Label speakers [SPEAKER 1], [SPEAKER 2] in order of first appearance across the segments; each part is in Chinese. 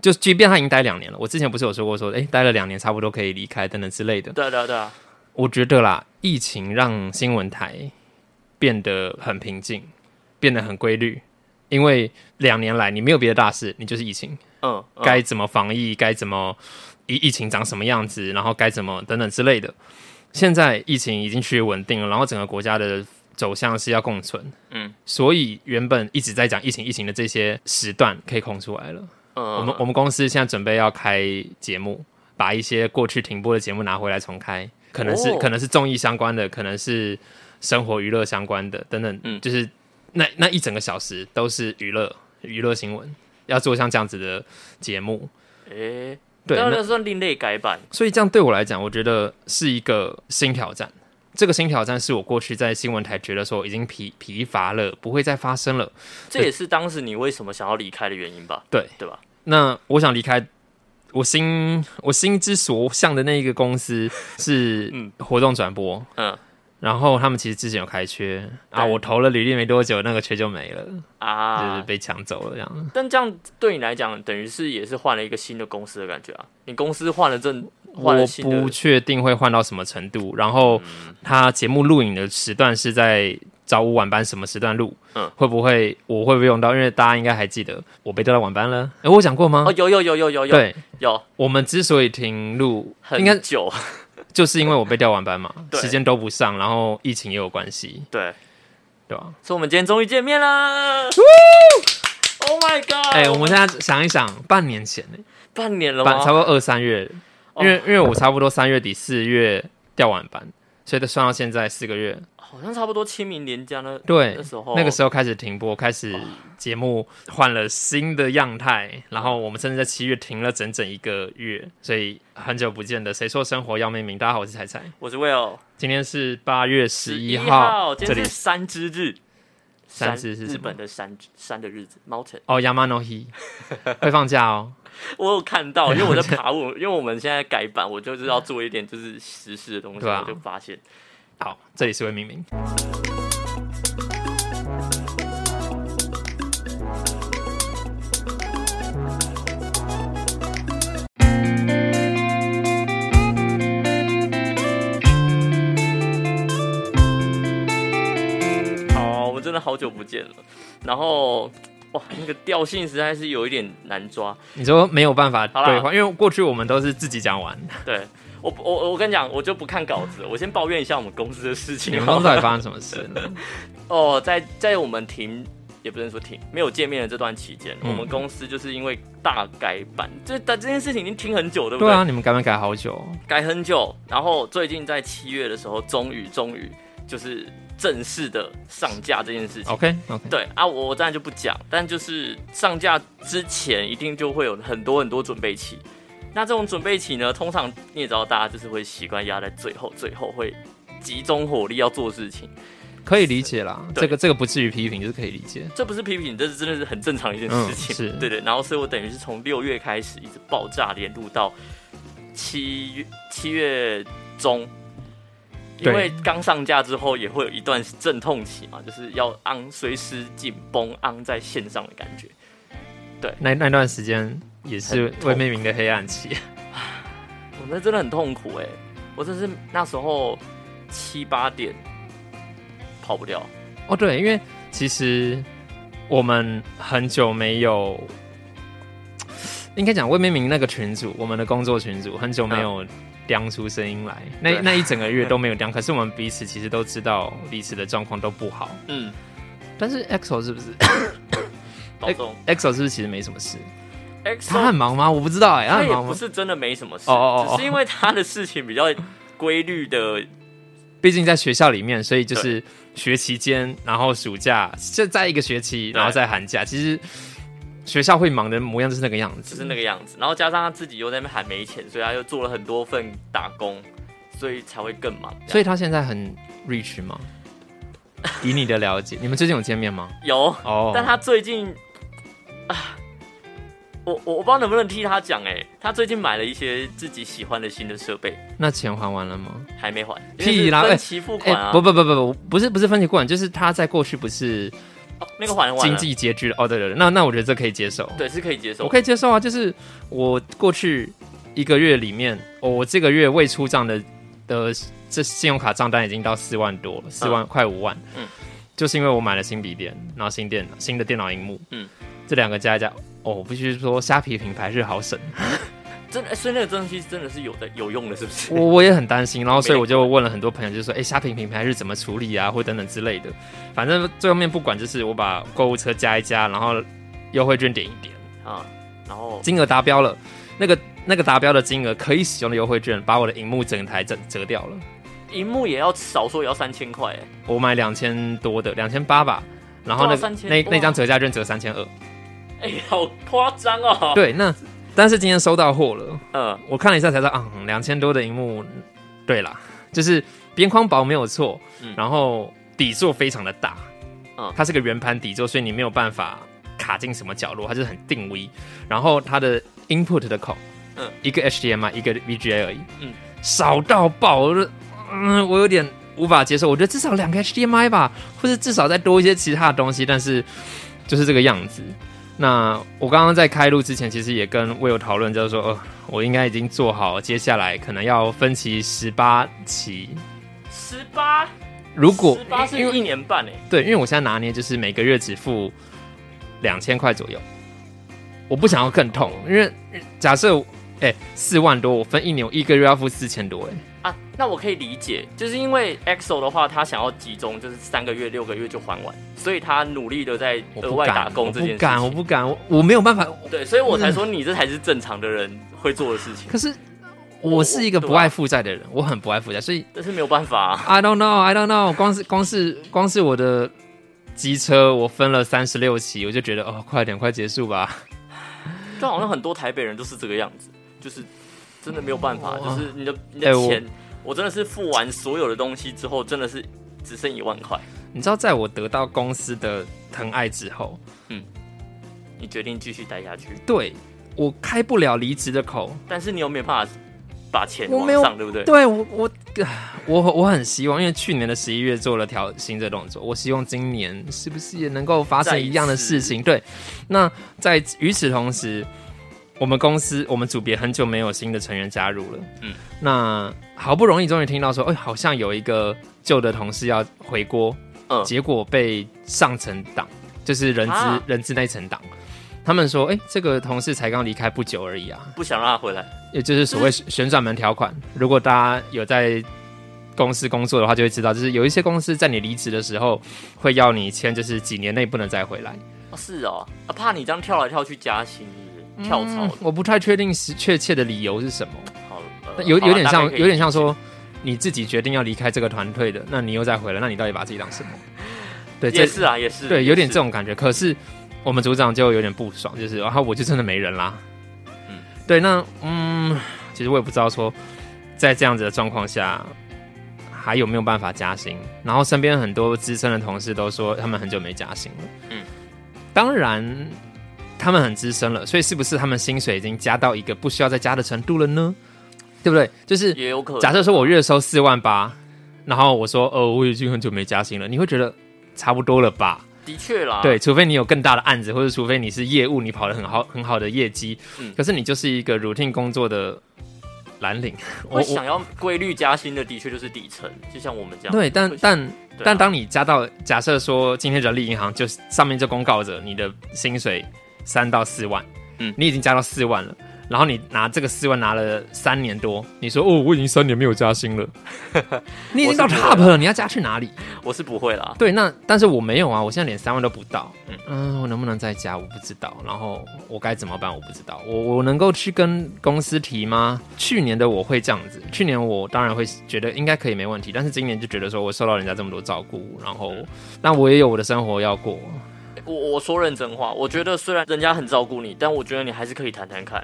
[SPEAKER 1] 就即便他已经待两年了，我之前不是有说过说，哎，待了两年差不多可以离开等等之类的。
[SPEAKER 2] 对啊对啊对啊，
[SPEAKER 1] 我觉得啦，疫情让新闻台变得很平静，变得很规律，因为两年来你没有别的大事，你就是疫情，
[SPEAKER 2] 嗯，嗯
[SPEAKER 1] 该怎么防疫，该怎么疫疫情长什么样子，然后该怎么等等之类的。现在疫情已经趋于稳定了，然后整个国家的走向是要共存，
[SPEAKER 2] 嗯，
[SPEAKER 1] 所以原本一直在讲疫情疫情的这些时段可以空出来了。
[SPEAKER 2] 嗯
[SPEAKER 1] 我们我们公司现在准备要开节目，把一些过去停播的节目拿回来重开，可能是、
[SPEAKER 2] 哦
[SPEAKER 1] 可能是综艺相关的，可能是生活娱乐相关的等等，
[SPEAKER 2] 嗯
[SPEAKER 1] 就是那那一整个小时都是娱乐娱乐新闻，要做像这样子的节目，
[SPEAKER 2] 嗯诶，
[SPEAKER 1] 对，
[SPEAKER 2] 那
[SPEAKER 1] 那
[SPEAKER 2] 那算另类改版，
[SPEAKER 1] 所以这样对我来讲，我觉得是一个新挑战。这个新挑战是我过去在新闻台觉得说已经疲疲乏了，不会再发生了。
[SPEAKER 2] 这也是当时你为什么想要离开的原因吧？
[SPEAKER 1] 对
[SPEAKER 2] 对吧？
[SPEAKER 1] 那我想离开，我心我心之所向的那一个公 司是
[SPEAKER 2] 嗯
[SPEAKER 1] 活动转播，
[SPEAKER 2] 嗯
[SPEAKER 1] 然后他们其实之前有开缺啊，
[SPEAKER 2] 对
[SPEAKER 1] 我投了履历没多久，那个缺就没了，就是
[SPEAKER 2] 啊，
[SPEAKER 1] 被抢走了这样。
[SPEAKER 2] 但这样对你来讲，等于是也是换了一个新的公司的感觉啊。你公司换了正，换了
[SPEAKER 1] 我
[SPEAKER 2] 新
[SPEAKER 1] 不
[SPEAKER 2] 的，嗯
[SPEAKER 1] 确定会换到什么程度，然后他节目录影的时段是在早午晚班什么时段录？
[SPEAKER 2] 嗯
[SPEAKER 1] 会不会我会不会用到？因为大家应该还记得我被调到晚班了，诶，我有讲过吗？
[SPEAKER 2] 哦，有有有有有有
[SPEAKER 1] 对，
[SPEAKER 2] 有，
[SPEAKER 1] 我们之所以停录，应该
[SPEAKER 2] 很久，
[SPEAKER 1] 就是因为我被调晚班嘛，
[SPEAKER 2] 对
[SPEAKER 1] 时间都不上，然后疫情也有关系，
[SPEAKER 2] 对，
[SPEAKER 1] 对吧？
[SPEAKER 2] 所以我们今天终于见面啦！Oh my god！
[SPEAKER 1] 哎、我们现在想一想，半年前、欸，
[SPEAKER 2] 半年了
[SPEAKER 1] 半差不
[SPEAKER 2] 吗？
[SPEAKER 1] 多二三月，
[SPEAKER 2] 啊哦
[SPEAKER 1] 因为、因为我差不多三月底四月调晚班，所以都算到现在四个月。
[SPEAKER 2] 好像差不多清明年假了。
[SPEAKER 1] 对
[SPEAKER 2] 那，时候
[SPEAKER 1] 那个时候开始停播，开始节目换了新的样态，然后我们甚至在七月停了整整一个月，所以很久不见的，谁说生活要命名？大家好，我是彩彩，
[SPEAKER 2] 我是 Will，
[SPEAKER 1] 今天是八月十一
[SPEAKER 2] 一
[SPEAKER 1] 号，
[SPEAKER 2] 今
[SPEAKER 1] 这里
[SPEAKER 2] 天是山之日，
[SPEAKER 1] 山
[SPEAKER 2] 山
[SPEAKER 1] 之是
[SPEAKER 2] 日
[SPEAKER 1] 什么
[SPEAKER 2] 本的山山的日子，Mountain。
[SPEAKER 1] 哦，Yamanohi 会放假哦，
[SPEAKER 2] 我有看 到，因为我在
[SPEAKER 1] 啊
[SPEAKER 2] 爬文，因为我们现在改版，我就是要做一点就是时事的东西，
[SPEAKER 1] 对啊
[SPEAKER 2] 我就发现
[SPEAKER 1] 好，这里是为命名。
[SPEAKER 2] 好，我们真的好久不见了。然后哇，那个调性实在是有一点难抓。
[SPEAKER 1] 你说没有办法
[SPEAKER 2] 好啦
[SPEAKER 1] 对话，因为过去我们都是自己讲 完。
[SPEAKER 2] 对我不，我我跟你讲，我就不看稿子了，我先抱怨一下我们公司的事
[SPEAKER 1] 你
[SPEAKER 2] 情
[SPEAKER 1] 们
[SPEAKER 2] 好
[SPEAKER 1] 公
[SPEAKER 2] 了。
[SPEAKER 1] 司到底发生什么事呢？
[SPEAKER 2] 哦，在在我们停，也不能说停，没有见面的这段期间，
[SPEAKER 1] 嗯
[SPEAKER 2] 我们公司就是因为大改版，这但这件事情已经听很久，对不
[SPEAKER 1] 对啊，你们改版改好久哦，
[SPEAKER 2] 改很久，然后最近在七月的时候，终于终于就是正式的上架这件事情。
[SPEAKER 1] OK OK，
[SPEAKER 2] 对啊，我我当然就不讲，但就是上架之前一定就会有很多很多准备期。那这种准备期呢，通常你也知道，大家就是会习惯压在最后，最后会集中火力要做事情。
[SPEAKER 1] 可以理解啦。
[SPEAKER 2] 对
[SPEAKER 1] 这个这个不至于批评，就是可以理解。
[SPEAKER 2] 这不是批评，这是真的是很正常的一件事
[SPEAKER 1] 嗯
[SPEAKER 2] 情。
[SPEAKER 1] 是
[SPEAKER 2] 对对。然后，所以我等于是从六月开始一直爆炸，连录到七月七月中，因
[SPEAKER 1] 对
[SPEAKER 2] 为刚上架之后也会有一段阵痛期嘛，就是要昂，随时紧绷昂在线上的感觉。
[SPEAKER 1] 那那段时间也是
[SPEAKER 2] 很痛苦
[SPEAKER 1] 未命名的黑暗期，
[SPEAKER 2] 我那真的很痛苦哎、我真是那时候七八点跑不掉，
[SPEAKER 1] 哦，对，因为其实我们很久没有，应该讲未命名那个群组，我们的工作群组很久没有亮出声音来，那
[SPEAKER 2] 嗯对
[SPEAKER 1] 那一整个月都没有亮。可是我们彼此其实都知道彼此的状况都不好，
[SPEAKER 2] 嗯，
[SPEAKER 1] 但是 EXO 是不 是
[SPEAKER 2] 保重。
[SPEAKER 1] EXO 是不是其实没什么事？哎他
[SPEAKER 2] XO
[SPEAKER 1] 很忙吗？我不知道哎、他
[SPEAKER 2] 他
[SPEAKER 1] 很
[SPEAKER 2] 也
[SPEAKER 1] 忙
[SPEAKER 2] 不
[SPEAKER 1] 吗？
[SPEAKER 2] 是真的没什么事，
[SPEAKER 1] 哦哦哦
[SPEAKER 2] 只是因为他的事情比较规律的
[SPEAKER 1] 毕竟在学校里面，所以就是学期间，然后暑假，就在一个学期，
[SPEAKER 2] 对
[SPEAKER 1] 然后再寒假，其实学校会忙的模样就是那个样
[SPEAKER 2] 就
[SPEAKER 1] 子，
[SPEAKER 2] 是那个样子。然后加上他自己又在那边喊没钱，所以他又做了很多份打工，所以才会更忙。
[SPEAKER 1] 所以他现在很 rich 吗？以你的了解，你们最近有见面吗？
[SPEAKER 2] 有，
[SPEAKER 1] 哦、
[SPEAKER 2] 但他最近啊，我我我不知道能不能替他讲哎、他最近买了一些自己喜欢的新的设备，
[SPEAKER 1] 那钱还完了吗？
[SPEAKER 2] 还没还，
[SPEAKER 1] 屁
[SPEAKER 2] 因为是
[SPEAKER 1] 啦
[SPEAKER 2] 分
[SPEAKER 1] 哎
[SPEAKER 2] 期付
[SPEAKER 1] 哎、
[SPEAKER 2] 款啊。
[SPEAKER 1] 不不不不不，不是不是分期付款，就是他在过去不是
[SPEAKER 2] 哦，那个还完
[SPEAKER 1] 经
[SPEAKER 2] 了，
[SPEAKER 1] 济拮据的哦，对对对，那那我觉得这可以接受，
[SPEAKER 2] 对，是可以接受
[SPEAKER 1] 我。可以接受啊，就是我过去一个月里面，哦我这个月未出账的的这信用卡账单已经到四万多了，四万、快五万，
[SPEAKER 2] 嗯
[SPEAKER 1] 就是因为我买了新笔电，然后新电新的电脑荧幕，
[SPEAKER 2] 嗯，
[SPEAKER 1] 这两个加一加，哦，我必须说虾皮品牌是好 省，
[SPEAKER 2] 真的，哎所以那个东西真的是有的有用的，是不是？
[SPEAKER 1] 我我也很担心，然后所以我就问了很多朋友，就说，哎、虾皮品牌是怎么处理啊，或等等之类的，反正最后面不管，就是我把购物车加一加，然后优惠券点一点。
[SPEAKER 2] 啊，然后
[SPEAKER 1] 金额达标了，那个那个达标的金额可以使用的优惠券，把我的荧幕整台整折掉了。
[SPEAKER 2] 荧幕也要少说也要三千块，哎，
[SPEAKER 1] 我买两千多的，两千八吧，然后
[SPEAKER 2] 多啊
[SPEAKER 1] 那
[SPEAKER 2] 少
[SPEAKER 1] 个
[SPEAKER 2] 3000
[SPEAKER 1] 那
[SPEAKER 2] 哇
[SPEAKER 1] 那张折价券折三千二。
[SPEAKER 2] 哎、好夸张哦。，
[SPEAKER 1] 对，那但是今天收到货了，
[SPEAKER 2] 嗯，
[SPEAKER 1] 我看了一下才知道，啊、嗯，两千多的荧幕，对啦，就是边框薄没有错，
[SPEAKER 2] 嗯
[SPEAKER 1] 然后底座非常的大，
[SPEAKER 2] 嗯
[SPEAKER 1] 它是个圆盘底座，所以你没有办法卡进什么角落，它就是很定位。然后它的 input 的口，
[SPEAKER 2] 嗯
[SPEAKER 1] 一个 HDMI 一个 VGA 而已，
[SPEAKER 2] 嗯
[SPEAKER 1] 少到爆，我就嗯，我有点无法接受，我觉得至少两个 HDMI 吧，或者至少再多一些其他的东西，但是就是这个样子。那我刚刚在开录之前，其实也跟魏友讨论，就是说，呃，我应该已经做好接下来可能要分期十八期。
[SPEAKER 2] 十八，
[SPEAKER 1] 如果
[SPEAKER 2] 十八是
[SPEAKER 1] 因为
[SPEAKER 2] 一年半，哎，
[SPEAKER 1] 对，因为我现在拿捏就是每个月只付两千块左右，我不想要更痛，因为假设哎四、4万多，我分一年，我一个月要付四千多、哎，
[SPEAKER 2] 啊，那我可以理解，就是因为 EXO 的话，他想要集中，就是三个月、六个月就还完，所以他努力的在
[SPEAKER 1] 我
[SPEAKER 2] 额
[SPEAKER 1] 不
[SPEAKER 2] 外打
[SPEAKER 1] 敢，
[SPEAKER 2] 工
[SPEAKER 1] 我
[SPEAKER 2] 这件
[SPEAKER 1] 不
[SPEAKER 2] 事
[SPEAKER 1] 敢，
[SPEAKER 2] 情。
[SPEAKER 1] 我不敢，我我没有办法。
[SPEAKER 2] 对，所以我才说你这才是正常的人会做的事情，
[SPEAKER 1] 可是我是一个
[SPEAKER 2] 对啊
[SPEAKER 1] 不爱负债的人，我很不爱负债，所以
[SPEAKER 2] 但是没有办法、啊。
[SPEAKER 1] I don't know, I don't know 光。是光是光是我的机车，我分了三十六期，我就觉得哦，快点，快结束吧。
[SPEAKER 2] 就好像很多台北人都是这个样子，就是真的没有办法，
[SPEAKER 1] 哇
[SPEAKER 2] 就是你的你
[SPEAKER 1] 哎
[SPEAKER 2] 的
[SPEAKER 1] 我
[SPEAKER 2] 钱，我真的是付完所有的东西之后，真的是只剩一万块，
[SPEAKER 1] 你知道，在我得到公司的疼爱之后，
[SPEAKER 2] 你决定继续待下去，
[SPEAKER 1] 对我开不了离职的口。
[SPEAKER 2] 但是你又没办法把钱
[SPEAKER 1] 我
[SPEAKER 2] 往
[SPEAKER 1] 没有
[SPEAKER 2] 上，对不对？
[SPEAKER 1] 对我我 我我很希望，因为去年的十一月做了调薪这动作，我希望今年是不是也能够发生一样的事情？对，那在与此同时，我们公司我们组别很久没有新的成员加入了，嗯
[SPEAKER 2] 嗯，
[SPEAKER 1] 那好不容易终于听到说，哎、好像有一个旧的同事要回锅，
[SPEAKER 2] 嗯
[SPEAKER 1] 结果被上层挡，就是人资、
[SPEAKER 2] 啊
[SPEAKER 1] 人资那一层挡。他们说：“哎、这个同事才刚离开不久而已啊，
[SPEAKER 2] 不想让他回来，
[SPEAKER 1] 也就是
[SPEAKER 2] 嗯
[SPEAKER 1] 所谓旋转门条款。如果大家有在公司工作的话，就会知道，就是有一些公司在你离职的时候，会要你签，就是几年内不能再回来。
[SPEAKER 2] 哦是哦，啊怕你这样跳来跳去加薪，是不是跳槽
[SPEAKER 1] 嗯，我不太确定是确切的理由是什么，
[SPEAKER 2] 好了，
[SPEAKER 1] 那
[SPEAKER 2] 呃
[SPEAKER 1] 有
[SPEAKER 2] 好了
[SPEAKER 1] 有点
[SPEAKER 2] 大概
[SPEAKER 1] 像
[SPEAKER 2] 可以
[SPEAKER 1] 有点像说你自己决定要离开这个团队的，那你又再回来，那你到底把自己当什么？对，
[SPEAKER 2] 也
[SPEAKER 1] 这
[SPEAKER 2] 是啊，也是
[SPEAKER 1] 对有点这
[SPEAKER 2] 种
[SPEAKER 1] 种感觉。可是我们组长就有点不爽，就是然后我就真的没人啦。
[SPEAKER 2] 嗯
[SPEAKER 1] 对，那嗯，其实我也不知道说在这样子的状况下还有没有办法加薪。然后身边很多资深的同事都说他们很久没加薪了。
[SPEAKER 2] 嗯，
[SPEAKER 1] 当然他们很资深了，所以是不是他们薪水已经加到一个不需要再加的程度了呢？对不对？就是
[SPEAKER 2] 也有可能。
[SPEAKER 1] 假设说我月收四万八，然后我说呃我已经很久没加薪了，你会觉得差不多了吧？
[SPEAKER 2] 的确啦，
[SPEAKER 1] 对，，除非你有更大的案子，或者除非你是业务，你跑得很好很好的业绩，
[SPEAKER 2] 嗯
[SPEAKER 1] 可是你就是一个 routine 工作的蓝领。我我
[SPEAKER 2] 会想要规律加薪的的确就是底层，就像我们这样。
[SPEAKER 1] 对，但
[SPEAKER 2] 会想
[SPEAKER 1] 但
[SPEAKER 2] 对啊
[SPEAKER 1] 但当你加到假设说今天人力银行就是上面就公告着你的薪水三到四万，
[SPEAKER 2] 嗯
[SPEAKER 1] 你已经加到四万了。然后你拿这个四万拿了三年多，你说哦，我已经三年没有加薪 了，你已经到
[SPEAKER 2] 我是觉得啊
[SPEAKER 1] top 了，你要加去哪里？
[SPEAKER 2] 我是不会啦，
[SPEAKER 1] 对，那但是我没有啊，我现在连三万都不到。嗯
[SPEAKER 2] 嗯、
[SPEAKER 1] 我能不能再加？我不知道。然后我该怎么办？我不知道。我我能够去跟公司提吗？去年的我会这样子，去年我当然会觉得应该可以没问题，但是今年就觉得说我受到人家这么多照顾，然后那我也有我的生活要过。
[SPEAKER 2] 我我说认真话，我觉得虽然人家很照顾你，但我觉得你还是可以谈谈看，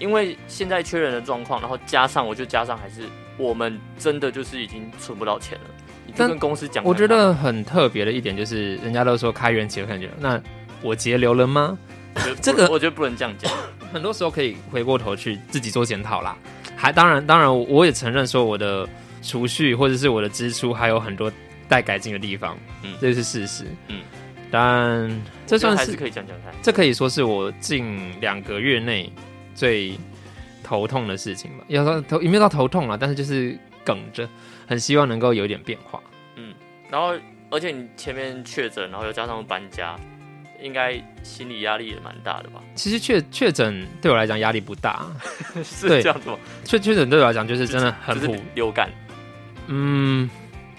[SPEAKER 2] 因为现在缺人的状况，然后加上我就加上还是我们真的就是已经存不到钱了，你就
[SPEAKER 1] 但
[SPEAKER 2] 跟公司讲看看。
[SPEAKER 1] 我觉得很特别的一点就是，人家都说开源节流，感觉那我节流了吗？
[SPEAKER 2] 我觉得不
[SPEAKER 1] 这个
[SPEAKER 2] 我觉得不能这样讲，
[SPEAKER 1] 很多时候可以回过头去自己做检讨啦。还当然，当然，我也承认说我的储蓄或者是我的支出还有很多待改进的地方，嗯
[SPEAKER 2] 嗯，
[SPEAKER 1] 这是事实，嗯
[SPEAKER 2] 嗯。
[SPEAKER 1] 但这算
[SPEAKER 2] 还
[SPEAKER 1] 是
[SPEAKER 2] 是可以讲讲看。
[SPEAKER 1] 这可以说是我近两个月内最头痛的事情吧。要说头也没有到头痛了，但是就是梗着，很希望能够有一点变化。
[SPEAKER 2] 然后，而且你前面确诊，然后又加上搬家，应该心理压力也蛮大 的吧？
[SPEAKER 1] 其实确确诊对我来讲压力不大，
[SPEAKER 2] 是
[SPEAKER 1] 对
[SPEAKER 2] 这样子吗？
[SPEAKER 1] 确确诊对我来讲就是真的很
[SPEAKER 2] 就
[SPEAKER 1] 普
[SPEAKER 2] 是，流感
[SPEAKER 1] 嗯，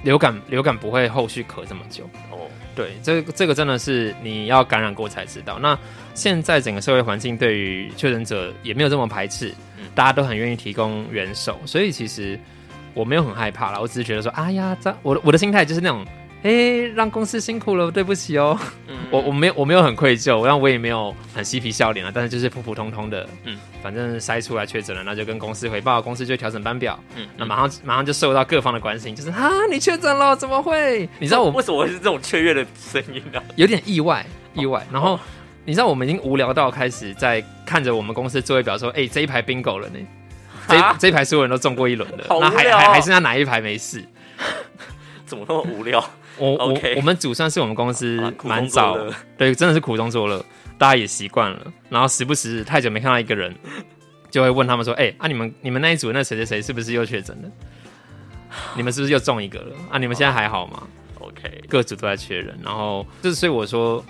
[SPEAKER 1] 流感流感不会后续咳这么久。
[SPEAKER 2] 哦，
[SPEAKER 1] 对，这个这个真的是你要感染过才知道。那现在整个社会环境对于确诊者也没有这么排斥，
[SPEAKER 2] 嗯
[SPEAKER 1] 大家都很愿意提供援手，所以其实我没有很害怕啦，我只是觉得说，哎呀，这我的我的心态就是那种，哎、让公司辛苦了，对不起哦。
[SPEAKER 2] 嗯
[SPEAKER 1] 我我没有我没有很愧疚，然后我也没有很嬉皮笑脸啊，但是就是普普通通的，
[SPEAKER 2] 嗯
[SPEAKER 1] 嗯，反正筛出来确诊了，那就跟公司汇报，公司就会调整班表，
[SPEAKER 2] 嗯
[SPEAKER 1] 那马上马上就受到各方的关心，就是啊，你确诊了，怎么会？你知道我
[SPEAKER 2] 为 什么会是这种 雀跃的声音呢、
[SPEAKER 1] 有点意外，意外。然后
[SPEAKER 2] 哦
[SPEAKER 1] 你知道我们已经无聊到开始在看着我们公司座位表说，哎、这一排 bingo 了呢，这一
[SPEAKER 2] 啊
[SPEAKER 1] 这一排所有人都中过一轮的，
[SPEAKER 2] 好
[SPEAKER 1] 那还
[SPEAKER 2] 无聊哦
[SPEAKER 1] 还还剩下哪一排没事？
[SPEAKER 2] 怎么那么无聊？
[SPEAKER 1] 我我
[SPEAKER 2] OK
[SPEAKER 1] 我们组算是我们公司
[SPEAKER 2] 好啦苦中
[SPEAKER 1] 蛮早
[SPEAKER 2] 作乐，
[SPEAKER 1] 对，真的是苦中作乐，大家也习惯了。然后时不时太久没看到一个 人，就会问他们说：“哎、啊，你们你们那一组那谁谁谁是不是又确诊了？你们是不是又中一个了？啊，你们现在还好吗？”
[SPEAKER 2] OK，
[SPEAKER 1] 各组都在缺人，然后就是所以我说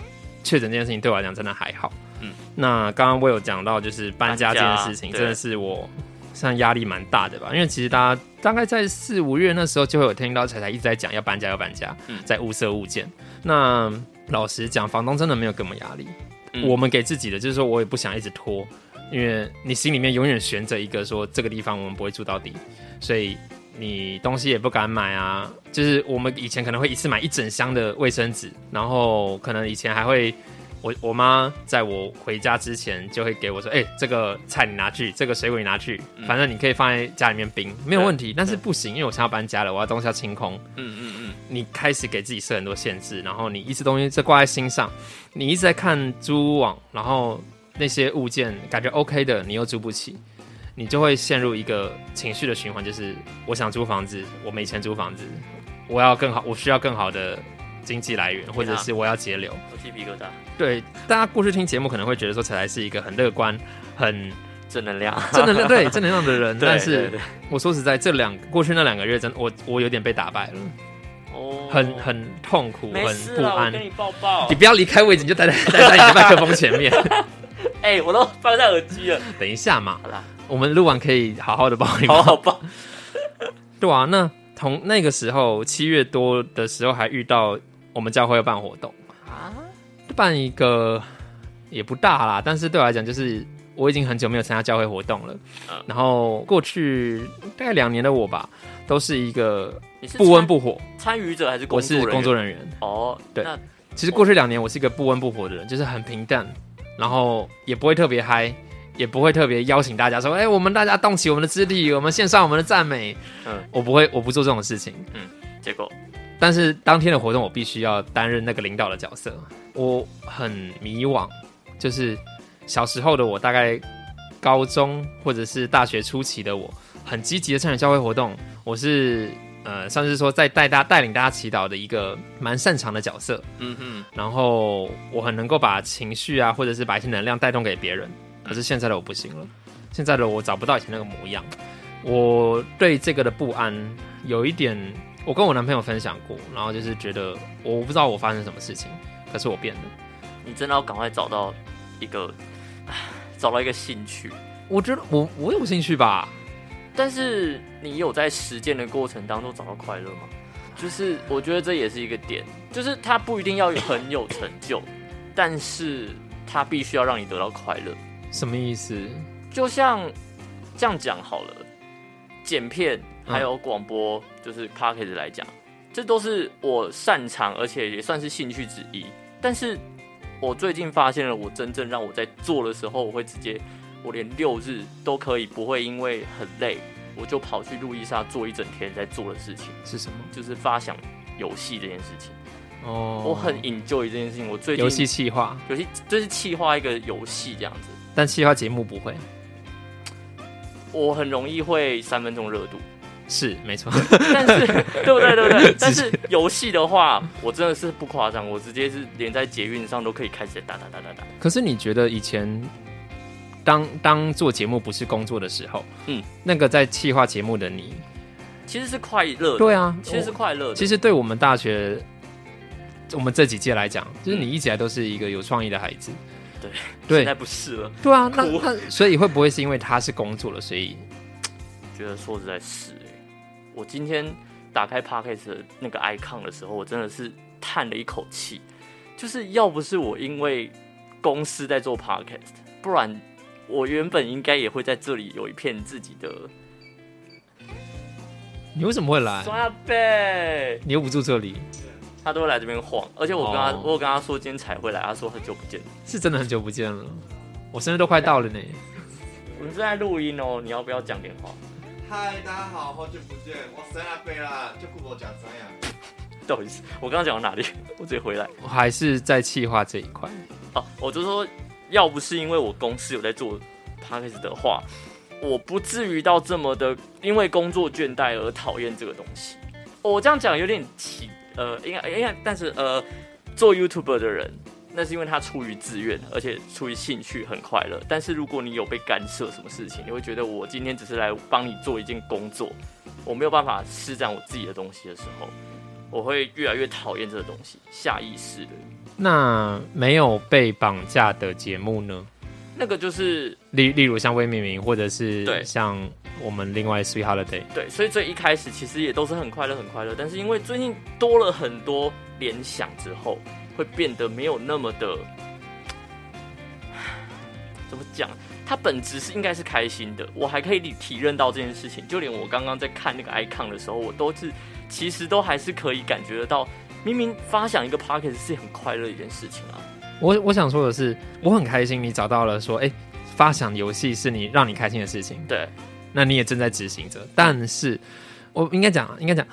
[SPEAKER 1] 确诊这件事情对我来讲真的还好。
[SPEAKER 2] 嗯
[SPEAKER 1] 嗯，那刚刚我有讲到就是搬家
[SPEAKER 2] 搬
[SPEAKER 1] 这
[SPEAKER 2] 家
[SPEAKER 1] 件事情，
[SPEAKER 2] 对
[SPEAKER 1] 真的是我算压力蛮大的吧，因为其实大家大概在四五月那时候就会有听到彩彩一直在讲要搬家要搬家，
[SPEAKER 2] 嗯
[SPEAKER 1] 在物色物件。那老实讲，房东真的没有给我们压力，
[SPEAKER 2] 嗯
[SPEAKER 1] 我们给自己的就是说我也不想一直拖。因为你心里面永远悬着一个说这个地方我们不会住到底，所以你东西也不敢买啊。就是我们以前可能会一次买一整箱的卫生纸，然后可能以前还会，我我妈在我回家之前就会给我说，哎、这个菜你拿去，这个水果你拿去，反正你可以放在家里面冰，没有问题。但是不行，因为我现在要搬家了，我要东西要清空。
[SPEAKER 2] 嗯嗯嗯，
[SPEAKER 1] 你开始给自己设很多限制，然后你一直东西在挂在心上，你一直在看租屋网，然后那些物件感觉 OK 的，你又租不起，你就会陷入一个情绪的循环，就是我想租房子，我没钱租房子，我要更好，我需要更好的经济来源，或者是我要节流。
[SPEAKER 2] 我鸡皮疙瘩，
[SPEAKER 1] 对，大家过去听节目可能会觉得说，才才是一个很乐观、很
[SPEAKER 2] 正能量。
[SPEAKER 1] 正能量、对正能量的人，
[SPEAKER 2] 对
[SPEAKER 1] 但
[SPEAKER 2] 对
[SPEAKER 1] 是
[SPEAKER 2] 对
[SPEAKER 1] 我说实在，这两过去那两个月真，我我有点被打败了。
[SPEAKER 2] 哦，
[SPEAKER 1] 很很痛苦，
[SPEAKER 2] 没
[SPEAKER 1] 很
[SPEAKER 2] 事
[SPEAKER 1] 不
[SPEAKER 2] 啦，我
[SPEAKER 1] 安。
[SPEAKER 2] 跟你抱抱
[SPEAKER 1] 你。不要离开位置，你就待在 待在你的麦克风前面。
[SPEAKER 2] 哎、我都放在耳机了。
[SPEAKER 1] 等一下嘛，
[SPEAKER 2] 好啦，
[SPEAKER 1] 我们录完可以好好的抱你
[SPEAKER 2] 好
[SPEAKER 1] 吗？
[SPEAKER 2] 好抱。
[SPEAKER 1] 对啊，那同那个时候七月多的时候，还遇到我们教会要办活动，
[SPEAKER 2] 啊，
[SPEAKER 1] 办一个也不大啦，但是对我来讲，就是我已经很久没有参加教会活动了。
[SPEAKER 2] 嗯
[SPEAKER 1] 然后过去大概两年的我吧，都是一个
[SPEAKER 2] 你是
[SPEAKER 1] 不温
[SPEAKER 2] 参
[SPEAKER 1] 不火，
[SPEAKER 2] 参与者还是
[SPEAKER 1] 我
[SPEAKER 2] 工作
[SPEAKER 1] 是
[SPEAKER 2] 人员？
[SPEAKER 1] 工作人员。
[SPEAKER 2] 哦，
[SPEAKER 1] 对
[SPEAKER 2] 那
[SPEAKER 1] 其实过去两年我是一个不温不火的人，就是很平淡，然后也不会特别嗨，也不会特别邀请大家说，哎、我们大家动起我们的肢体，我们献上我们的赞美。
[SPEAKER 2] 嗯
[SPEAKER 1] 嗯，我不会，我不做这种事情。
[SPEAKER 2] 结果
[SPEAKER 1] 但是当天的活动，我必须要担任那个领导的角色，我很迷惘。就是小时候的我，大概高中或者是大学初期的我，很积极的参与教会活动，我是呃，算是说在带大带领大家祈祷的一个蛮擅长的角色。
[SPEAKER 2] 嗯哼，
[SPEAKER 1] 然后我很能够把情绪啊，或者是把一些能量带动给别人。可是现在的我不行了，现在的我找不到以前那个模样。我对这个的不安有一点，我跟我男朋友分享过，然后就是觉得我不知道我发生什么事情，可是我变了。
[SPEAKER 2] 你真的要赶快找到一个，唉找到一个兴趣。
[SPEAKER 1] 我觉得我我有兴趣吧，
[SPEAKER 2] 但是你有在实践的过程当中找到快乐吗？就是我觉得这也是一个点，就是它不一定要很有成就，但是它必须要让你得到快乐。
[SPEAKER 1] 什么意思？
[SPEAKER 2] 就像这样讲好了，剪片还有广播，就是 p a c k a g e 来讲，这都是我擅长，而且也算是兴趣之一。但是我最近发现了，我真正让我在做的时候，我会直接，我连六日都可以，不会因为很累，我就跑去路易莎做一整天在做的事情，
[SPEAKER 1] 是什么？
[SPEAKER 2] 就是发想游戏这件事情。
[SPEAKER 1] 哦，
[SPEAKER 2] 我很 enjoy 这件事情，我最近
[SPEAKER 1] 游戏企划，
[SPEAKER 2] 游戏就是企划一个游戏这样子。
[SPEAKER 1] 但企划节目不会。
[SPEAKER 2] 我很容易会三分钟热度，
[SPEAKER 1] 是没错，
[SPEAKER 2] 但是对不对？对不对？但是游戏的话，我真的是不夸张，我直接是连在捷运上都可以开始打打打打打。
[SPEAKER 1] 可是你觉得以前当当做节目不是工作的时候，嗯
[SPEAKER 2] 嗯，
[SPEAKER 1] 那个在企划节目的你，
[SPEAKER 2] 其实是快乐的，
[SPEAKER 1] 对啊，
[SPEAKER 2] 其实是快乐的。
[SPEAKER 1] 其实对我们大学，我们这几届来讲，就是你一直以来都是一个有创意的孩子。
[SPEAKER 2] 嗯对
[SPEAKER 1] 对
[SPEAKER 2] 现在不是了，
[SPEAKER 1] 对啊，那
[SPEAKER 2] 哭
[SPEAKER 1] 那所以会不会是因为他是工作了，所以
[SPEAKER 2] 觉得说实在是、欸，我今天打开 Podcast 的那个 icon 的时候，我真的是叹了一口气，就是要不是我因为公司在做 Podcast，不然我原本应该也会在这里有一片自己的
[SPEAKER 1] 你为什么会来？
[SPEAKER 2] 刷背。
[SPEAKER 1] 你又不住这里，
[SPEAKER 2] 他都会来这边晃，而且我跟他
[SPEAKER 1] 哦
[SPEAKER 2] 我有跟他说今天才会来，他说很久不见。
[SPEAKER 1] 是真的很久不见了，我生日都快到了呢。
[SPEAKER 2] 我们正在录音哦，你要不要讲点话？
[SPEAKER 3] 嗨，大家好，好久不见，我三阿贝啦，就顾我讲三呀。
[SPEAKER 2] 到底是我刚刚讲到哪里？ 我直接回来
[SPEAKER 1] 我还是在企划这一块，
[SPEAKER 2] 哦，我就说要不是因为我公司有在做 p a c k a g e 的话，我不至于到这么的因为工作倦怠而讨厌这个东西。我这样讲有点奇，呃，应该应该，但是呃，做 YouTuber 的人，那是因为他出于自愿，而且出于兴趣，很快乐。但是如果你有被干涉什么事情，你会觉得我今天只是来帮你做一件工作，我没有办法施展我自己的东西的时候，我会越来越讨厌这个东西，下意识的。
[SPEAKER 1] 那没有被绑架的节目呢？
[SPEAKER 2] 那个就是
[SPEAKER 1] 例例如像微明明，或者是
[SPEAKER 2] 对
[SPEAKER 1] 像我们另外 Sweet Holiday，
[SPEAKER 2] 对，所以最一开始其实也都是很快乐，很快乐。但是因为最近多了很多联想之后，会变得没有那么的，怎么讲？它本质是应该是开心的，我还可以体体认到这件事情。就连我刚刚在看那个 icon 的时候，我都是其实都还是可以感觉得到，明明发想一个 pocket 是很快乐的一件事情啊。
[SPEAKER 1] 我我想说的是，我很开心你找到了说，哎、发想游戏是你让你开心的事情，
[SPEAKER 2] 对，
[SPEAKER 1] 那你也正在执行着。但是，我应该讲，应该讲，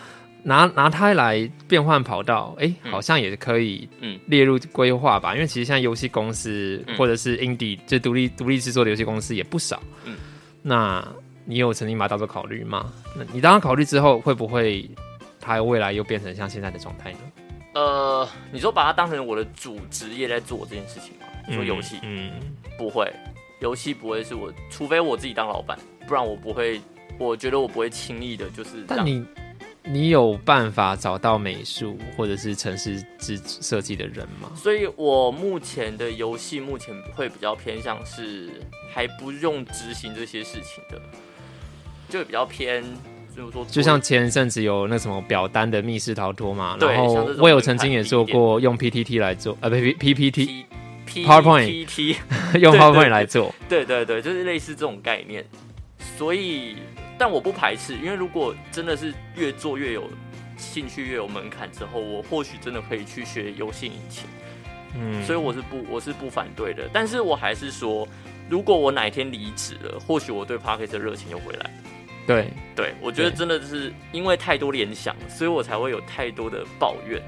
[SPEAKER 1] 拿拿它来变换跑道，哎、
[SPEAKER 2] 嗯
[SPEAKER 1] 好像也可以
[SPEAKER 2] 嗯
[SPEAKER 1] 列入规划吧。因为其实像游戏公司
[SPEAKER 2] 嗯
[SPEAKER 1] 或者是 indie 就独立独立制作的游戏公司也不少。
[SPEAKER 2] 嗯
[SPEAKER 1] 那你有曾经把它当做考虑吗？那你当它考虑之后，会不会它未来又变成像现在的状态呢？
[SPEAKER 2] 呃，你说把它当成我的主职业在做这件事情吗？你说游戏，
[SPEAKER 1] 嗯，嗯
[SPEAKER 2] 不会，游戏不会是我，除非我自己当老板，不然我不会。我觉得我不会轻易的，就是
[SPEAKER 1] 但
[SPEAKER 2] 让
[SPEAKER 1] 你你有办法找到美术或者是城市制设计的人吗？
[SPEAKER 2] 所以我目前的游戏目前会比较偏向是还不用执行这些事情的，就比较偏，就是说
[SPEAKER 1] 就像前一阵子有那什么表单的密室逃脱嘛，
[SPEAKER 2] 对
[SPEAKER 1] 然后
[SPEAKER 2] 像这种
[SPEAKER 1] 我有曾经也做过用 PPT 来做，呃，不 P P T
[SPEAKER 2] P P
[SPEAKER 1] PowerPoint
[SPEAKER 2] P T，
[SPEAKER 1] 用
[SPEAKER 2] 对
[SPEAKER 1] PowerPoint 来做，
[SPEAKER 2] 对对对，就是类似这种概念。所以，但我不排斥，因为如果真的是越做越有兴趣、越有门槛之后，我或许真的可以去学游戏引擎。
[SPEAKER 1] 嗯，
[SPEAKER 2] 所以我是不我是不反对的，但是我还是说，如果我哪一天离职了，或许我对 p a r k e t 的热情又回来。
[SPEAKER 1] 对，
[SPEAKER 2] 对，我觉得
[SPEAKER 1] 对
[SPEAKER 2] 真的是因为太多联想，所以我才会有太多的抱怨。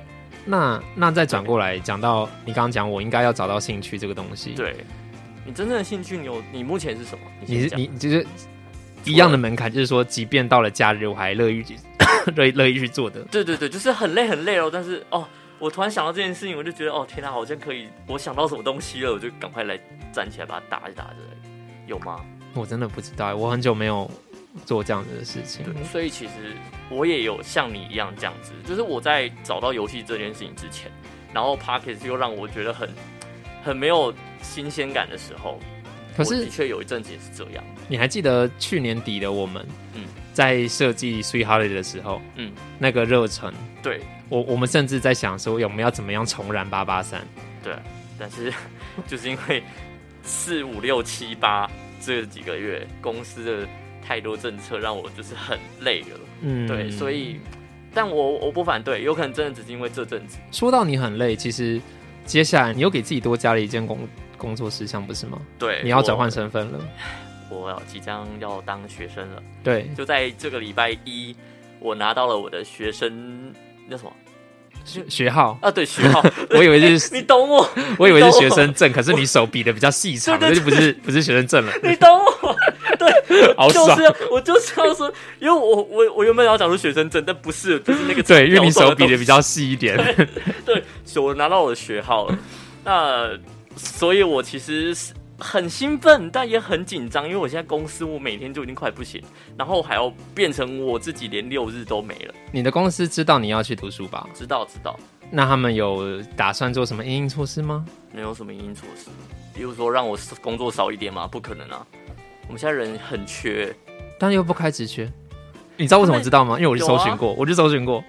[SPEAKER 1] 那那再转过来讲到你刚刚讲，我应该要找到兴趣这个东西，，
[SPEAKER 2] 对，你真正的兴趣，你有你目前是什么？
[SPEAKER 1] 你
[SPEAKER 2] 先
[SPEAKER 1] 是
[SPEAKER 2] 讲
[SPEAKER 1] 你你就是一样的门槛，就是说，即便到了假日，我还乐意 乐意乐意去做的，
[SPEAKER 2] 对对对，就是很累很累哦，但是哦，我突然想到这件事情，我就觉得哦，天哪，好像可以，我想到什么东西了，我就赶快来站起来把它打一打之类的，有吗？
[SPEAKER 1] 我真的不知道，欸我很久没有做这样子的事情，
[SPEAKER 2] 对，所以其实我也有像你一样这样子，就是我在找到游戏这件事情之前，然后 Pocket 又让我觉得很很没有新鲜感的时候，
[SPEAKER 1] 可
[SPEAKER 2] 我
[SPEAKER 1] 是
[SPEAKER 2] 的确有一阵子也是这样，
[SPEAKER 1] 你还记得去年底的我们，
[SPEAKER 2] 嗯
[SPEAKER 1] 在设计 Sweet Holiday 的时候，
[SPEAKER 2] 嗯
[SPEAKER 1] 那个热忱，
[SPEAKER 2] 对
[SPEAKER 1] 我我们甚至在想说，我们要怎么样重燃八八三？
[SPEAKER 2] 对，但是 就是因为四五六七八这几个月公司的太多政策让我就是很累了，
[SPEAKER 1] 嗯
[SPEAKER 2] 对，所以但我我不反对，有可能真的只是因为这阵子，
[SPEAKER 1] 说到你很累，其实接下来你又给自己多加了一件工工作事项，不是吗？
[SPEAKER 2] 对，
[SPEAKER 1] 你要
[SPEAKER 2] 我
[SPEAKER 1] 转换，身份了，
[SPEAKER 2] 我要即将要当学生了。
[SPEAKER 1] 对，
[SPEAKER 2] 就在这个礼拜一，我拿到了我的学生那什么
[SPEAKER 1] 学学号，
[SPEAKER 2] 啊，对学 号，
[SPEAKER 1] 我以为是
[SPEAKER 2] 你懂我，
[SPEAKER 1] 我以为是
[SPEAKER 2] 你懂我
[SPEAKER 1] 学生证，可是你手比的比较细长，
[SPEAKER 2] 对
[SPEAKER 1] 这
[SPEAKER 2] 对
[SPEAKER 1] 就不是不是学生证了。
[SPEAKER 2] 你懂我，对，
[SPEAKER 1] 好爽
[SPEAKER 2] 就是啊我就是要说，因为我我我原本要讲出学生证，但不是，就是那个
[SPEAKER 1] 对，因为你手比
[SPEAKER 2] 的
[SPEAKER 1] 的比较细一点，
[SPEAKER 2] 对，所以我拿到我的学号了。那所以，我其实是很兴奋，但也很紧张，因为我现在公司我每天就已经快不行，然后还要变成我自己连六日都没了。
[SPEAKER 1] 你的公司知道你要去读书吧？
[SPEAKER 2] 知道知道，
[SPEAKER 1] 那他们有打算做什么应应措施吗？
[SPEAKER 2] 没有什么因因措施，比如说让我工作少一点嘛，不可能啊。我们现在人很缺，
[SPEAKER 1] 但又不开直缺，你知道为什么我知道吗？因为我去搜寻过，我去搜寻过。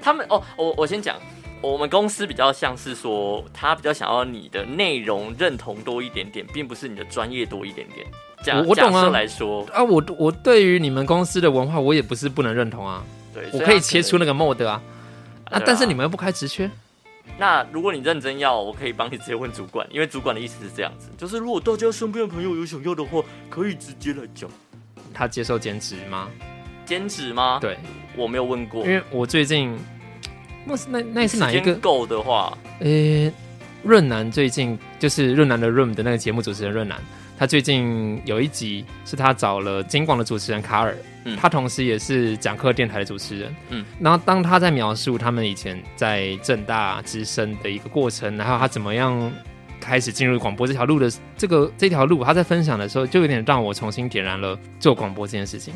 [SPEAKER 2] 他们哦，我我先讲，我们公司比较像是说，他比较想要你的内容认同多一点点，并不是你的专业多一点点。假
[SPEAKER 1] 我我懂啊
[SPEAKER 2] 假设来说，
[SPEAKER 1] 啊，我我对于你们公司的文化，我也不是不能认同啊，
[SPEAKER 2] 对，
[SPEAKER 1] 我
[SPEAKER 2] 所
[SPEAKER 1] 可以
[SPEAKER 2] 他
[SPEAKER 1] 切
[SPEAKER 2] 能
[SPEAKER 1] 出那个 mode 啊。啊，
[SPEAKER 2] 对
[SPEAKER 1] 但是你们又不开直缺，
[SPEAKER 2] 那如果你认真要，我可以帮你直接问主管，因为主管的意思是这样子，就是如果大家身边的朋友有想要的话，可以直接来讲。
[SPEAKER 1] 他接受兼职吗？
[SPEAKER 2] 兼职吗？，
[SPEAKER 1] 对，
[SPEAKER 2] 我没有问过
[SPEAKER 1] 因。为啊我最近，那是那那是哪一
[SPEAKER 2] 时
[SPEAKER 1] 个
[SPEAKER 2] 间？够的话，
[SPEAKER 1] 呃，润南最近就是润南的 Room 的那个节目主持人润南，他最近有一集是他找了金广的主持人卡尔，
[SPEAKER 2] 嗯
[SPEAKER 1] 他同时也是讲课电台的主持人，
[SPEAKER 2] 嗯，
[SPEAKER 1] 然后当他在描述他们以前在正大之声的一个过程，然后他怎么样。开始进入广播这条路的这个这条路，他在分享的时候，就有点让我重新点燃了做广播这件事情。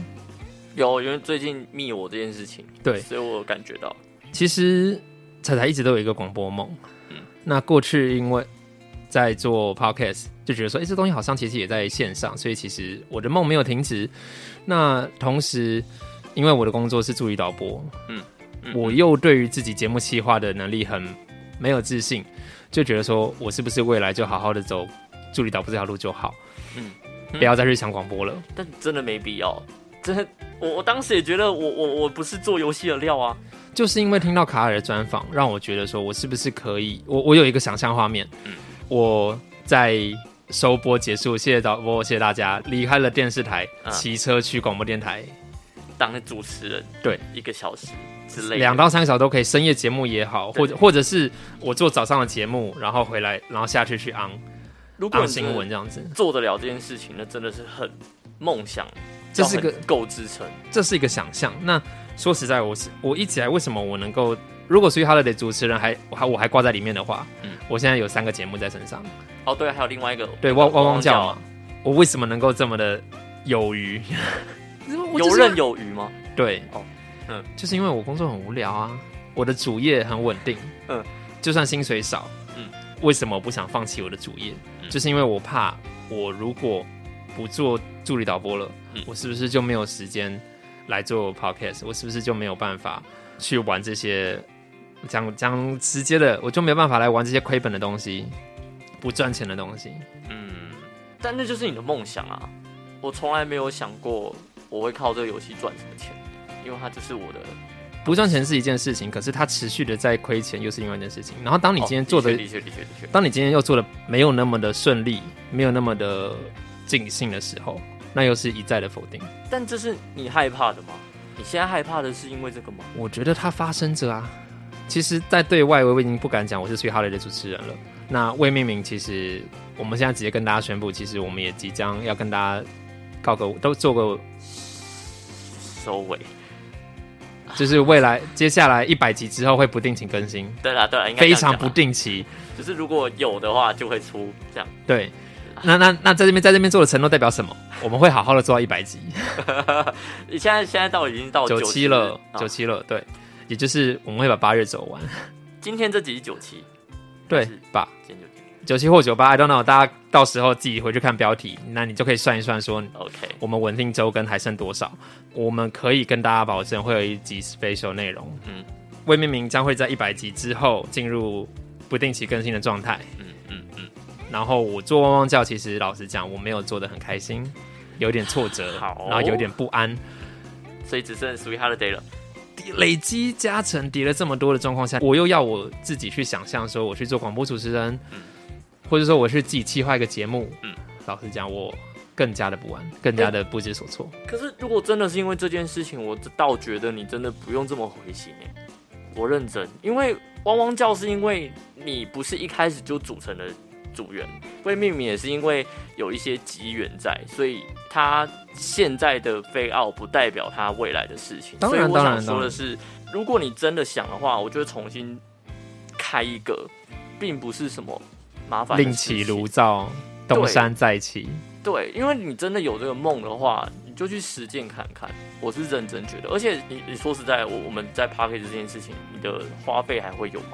[SPEAKER 2] 有因为最近密我这件事情，
[SPEAKER 1] 对
[SPEAKER 2] 所以我有感觉到，
[SPEAKER 1] 其实彩彩一直都有一个广播梦，
[SPEAKER 2] 嗯
[SPEAKER 1] 那过去因为在做 podcast，就觉得说，哎、这东西好像其实也在线上，所以其实我的梦没有停止。那同时，因为我的工作是助理导播，
[SPEAKER 2] 嗯
[SPEAKER 1] 我又对于自己节目企划的能力很没有自信，就觉得说我是不是未来就好好的走助理导播这条路就好，
[SPEAKER 2] 嗯
[SPEAKER 1] 不要再去想广播了。
[SPEAKER 2] 但真的没必要，真的，我我当时也觉得我我我不是做游戏的料啊，
[SPEAKER 1] 就是因为听到卡尔的专访，让我觉得说我是不是可以，我我有一个想象画面，
[SPEAKER 2] 嗯
[SPEAKER 1] 我在收播结束，谢谢导播，谢谢大家，离开了电视台，
[SPEAKER 2] 嗯
[SPEAKER 1] 骑、车去广播电台，
[SPEAKER 2] 当主持人
[SPEAKER 1] 对
[SPEAKER 2] 一个小时之类的，
[SPEAKER 1] 两到三个小时都可以，深夜节目也好，
[SPEAKER 2] 对
[SPEAKER 1] 或者或者是我做早上的节目，然后回来，然后下去去昂
[SPEAKER 2] 如果
[SPEAKER 1] 昂
[SPEAKER 2] 你真
[SPEAKER 1] 新
[SPEAKER 2] 的
[SPEAKER 1] 闻这样子，
[SPEAKER 2] 做得了这件事情，那真的是很梦想，
[SPEAKER 1] 这是个
[SPEAKER 2] 要很够支撑。
[SPEAKER 1] 这是一个想象。那说实在，我是我一直以来为什么我能够，如果属于 Holiday 主持人还我还我还挂在里面的话，
[SPEAKER 2] 嗯
[SPEAKER 1] 我现在有三个节目在身上。
[SPEAKER 2] 哦，对，还有另外一个
[SPEAKER 1] 对，汪汪汪叫嘛，我为什么能够这么的有余？
[SPEAKER 2] 游刃有余吗？
[SPEAKER 1] 对，
[SPEAKER 2] 哦嗯
[SPEAKER 1] 嗯，就是因为我工作很无聊啊，我的主业很稳定，
[SPEAKER 2] 嗯
[SPEAKER 1] 嗯，就算薪水少，
[SPEAKER 2] 嗯
[SPEAKER 1] 嗯，为什么我不想放弃我的主业？
[SPEAKER 2] 嗯
[SPEAKER 1] 就是因为我怕我如果不做助理导播了，
[SPEAKER 2] 嗯
[SPEAKER 1] 我是不是就没有时间来做 podcast？我是不是就没有办法去玩这些？讲讲直接的，我就没有办法来玩这些亏本的东西，不赚钱的东西。
[SPEAKER 2] 嗯，但那就是你的梦想啊！我从来没有想过我会靠这个游戏赚什么钱，因为它就是我的。
[SPEAKER 1] 不赚钱是一件事情，可是它持续的在亏钱又是另外一件事情。然后当你今天
[SPEAKER 2] 哦
[SPEAKER 1] 做的，
[SPEAKER 2] 的确的确的确的确，
[SPEAKER 1] 当你今天又做的没有那么的顺利，没有那么的尽兴的时候，那又是一再的否定。
[SPEAKER 2] 但这是你害怕的吗？你现在害怕的是因为这个吗？
[SPEAKER 1] 我觉得它发生着啊。其实，在对外我已经不敢讲我是崔哈雷的主持人了。那未命名，其实我们现在直接跟大家宣布，其实我们也即将要跟大家告个都做个，
[SPEAKER 2] 收尾。
[SPEAKER 1] 就是未来接下来一百集之后会不定期更新，
[SPEAKER 2] 对啦对啦，应该
[SPEAKER 1] 非
[SPEAKER 2] 这样
[SPEAKER 1] 常
[SPEAKER 2] 讲
[SPEAKER 1] 不
[SPEAKER 2] 啦，
[SPEAKER 1] 定期。
[SPEAKER 2] 就是如果有的话就会出这样。
[SPEAKER 1] 对，那那那在这边在这边做的承诺代表什么？我们会好好的做到一百集，
[SPEAKER 2] 你现在现在到已经到
[SPEAKER 1] 哦九
[SPEAKER 2] 七
[SPEAKER 1] 七了，
[SPEAKER 2] 啊
[SPEAKER 1] 九七了，对，也就是我们会把八月走完，
[SPEAKER 2] 哦今天这集是九七，
[SPEAKER 1] 对
[SPEAKER 2] 是
[SPEAKER 1] 吧？
[SPEAKER 2] 今天九七
[SPEAKER 1] 九七或九八，I don't know，大家到时候自己回去看标题，那你就可以算一算说。
[SPEAKER 2] ，OK。
[SPEAKER 1] 我们稳定周更还剩多少？我们可以跟大家保证会有一集 special 内容。
[SPEAKER 2] 嗯
[SPEAKER 1] 嗯，魏明明将会在一百集之后进入不定期更新的状态。
[SPEAKER 2] 嗯嗯嗯，
[SPEAKER 1] 然后我做汪汪叫，其实老实讲，我没有做的很开心，有点挫折，
[SPEAKER 2] 好
[SPEAKER 1] 然后有点不安。
[SPEAKER 2] 所以只剩 Sweet Holiday 了。
[SPEAKER 1] 累积加成叠了这么多的状况下，我又要我自己去想象说我去做广播主持人，
[SPEAKER 2] 嗯
[SPEAKER 1] 或者说我去自己计划一个节目，
[SPEAKER 2] 嗯
[SPEAKER 1] 老实讲，我更加的不安，更加的不知所措。
[SPEAKER 2] 可是如果真的是因为这件事情，我倒觉得你真的不用这么灰心哎、我认真，因为汪汪叫是因为你不是一开始就组成了组员未命名也是因为有一些机缘在，所以他现在的飞奥不代表他未来的事情。
[SPEAKER 1] 当然
[SPEAKER 2] 所以我
[SPEAKER 1] 当然
[SPEAKER 2] 想说的是，如果你真的想的话，我就会重新开一个，并不是什么麻烦的
[SPEAKER 1] 另
[SPEAKER 2] 事
[SPEAKER 1] 起
[SPEAKER 2] 情
[SPEAKER 1] 炉灶，东山再起。
[SPEAKER 2] 对，因为你真的有这个梦的话，你就去实践看看。我是认真觉得，而且你你说实在，我我们在 p a r k e t 这件事情，你的花费还会有吗？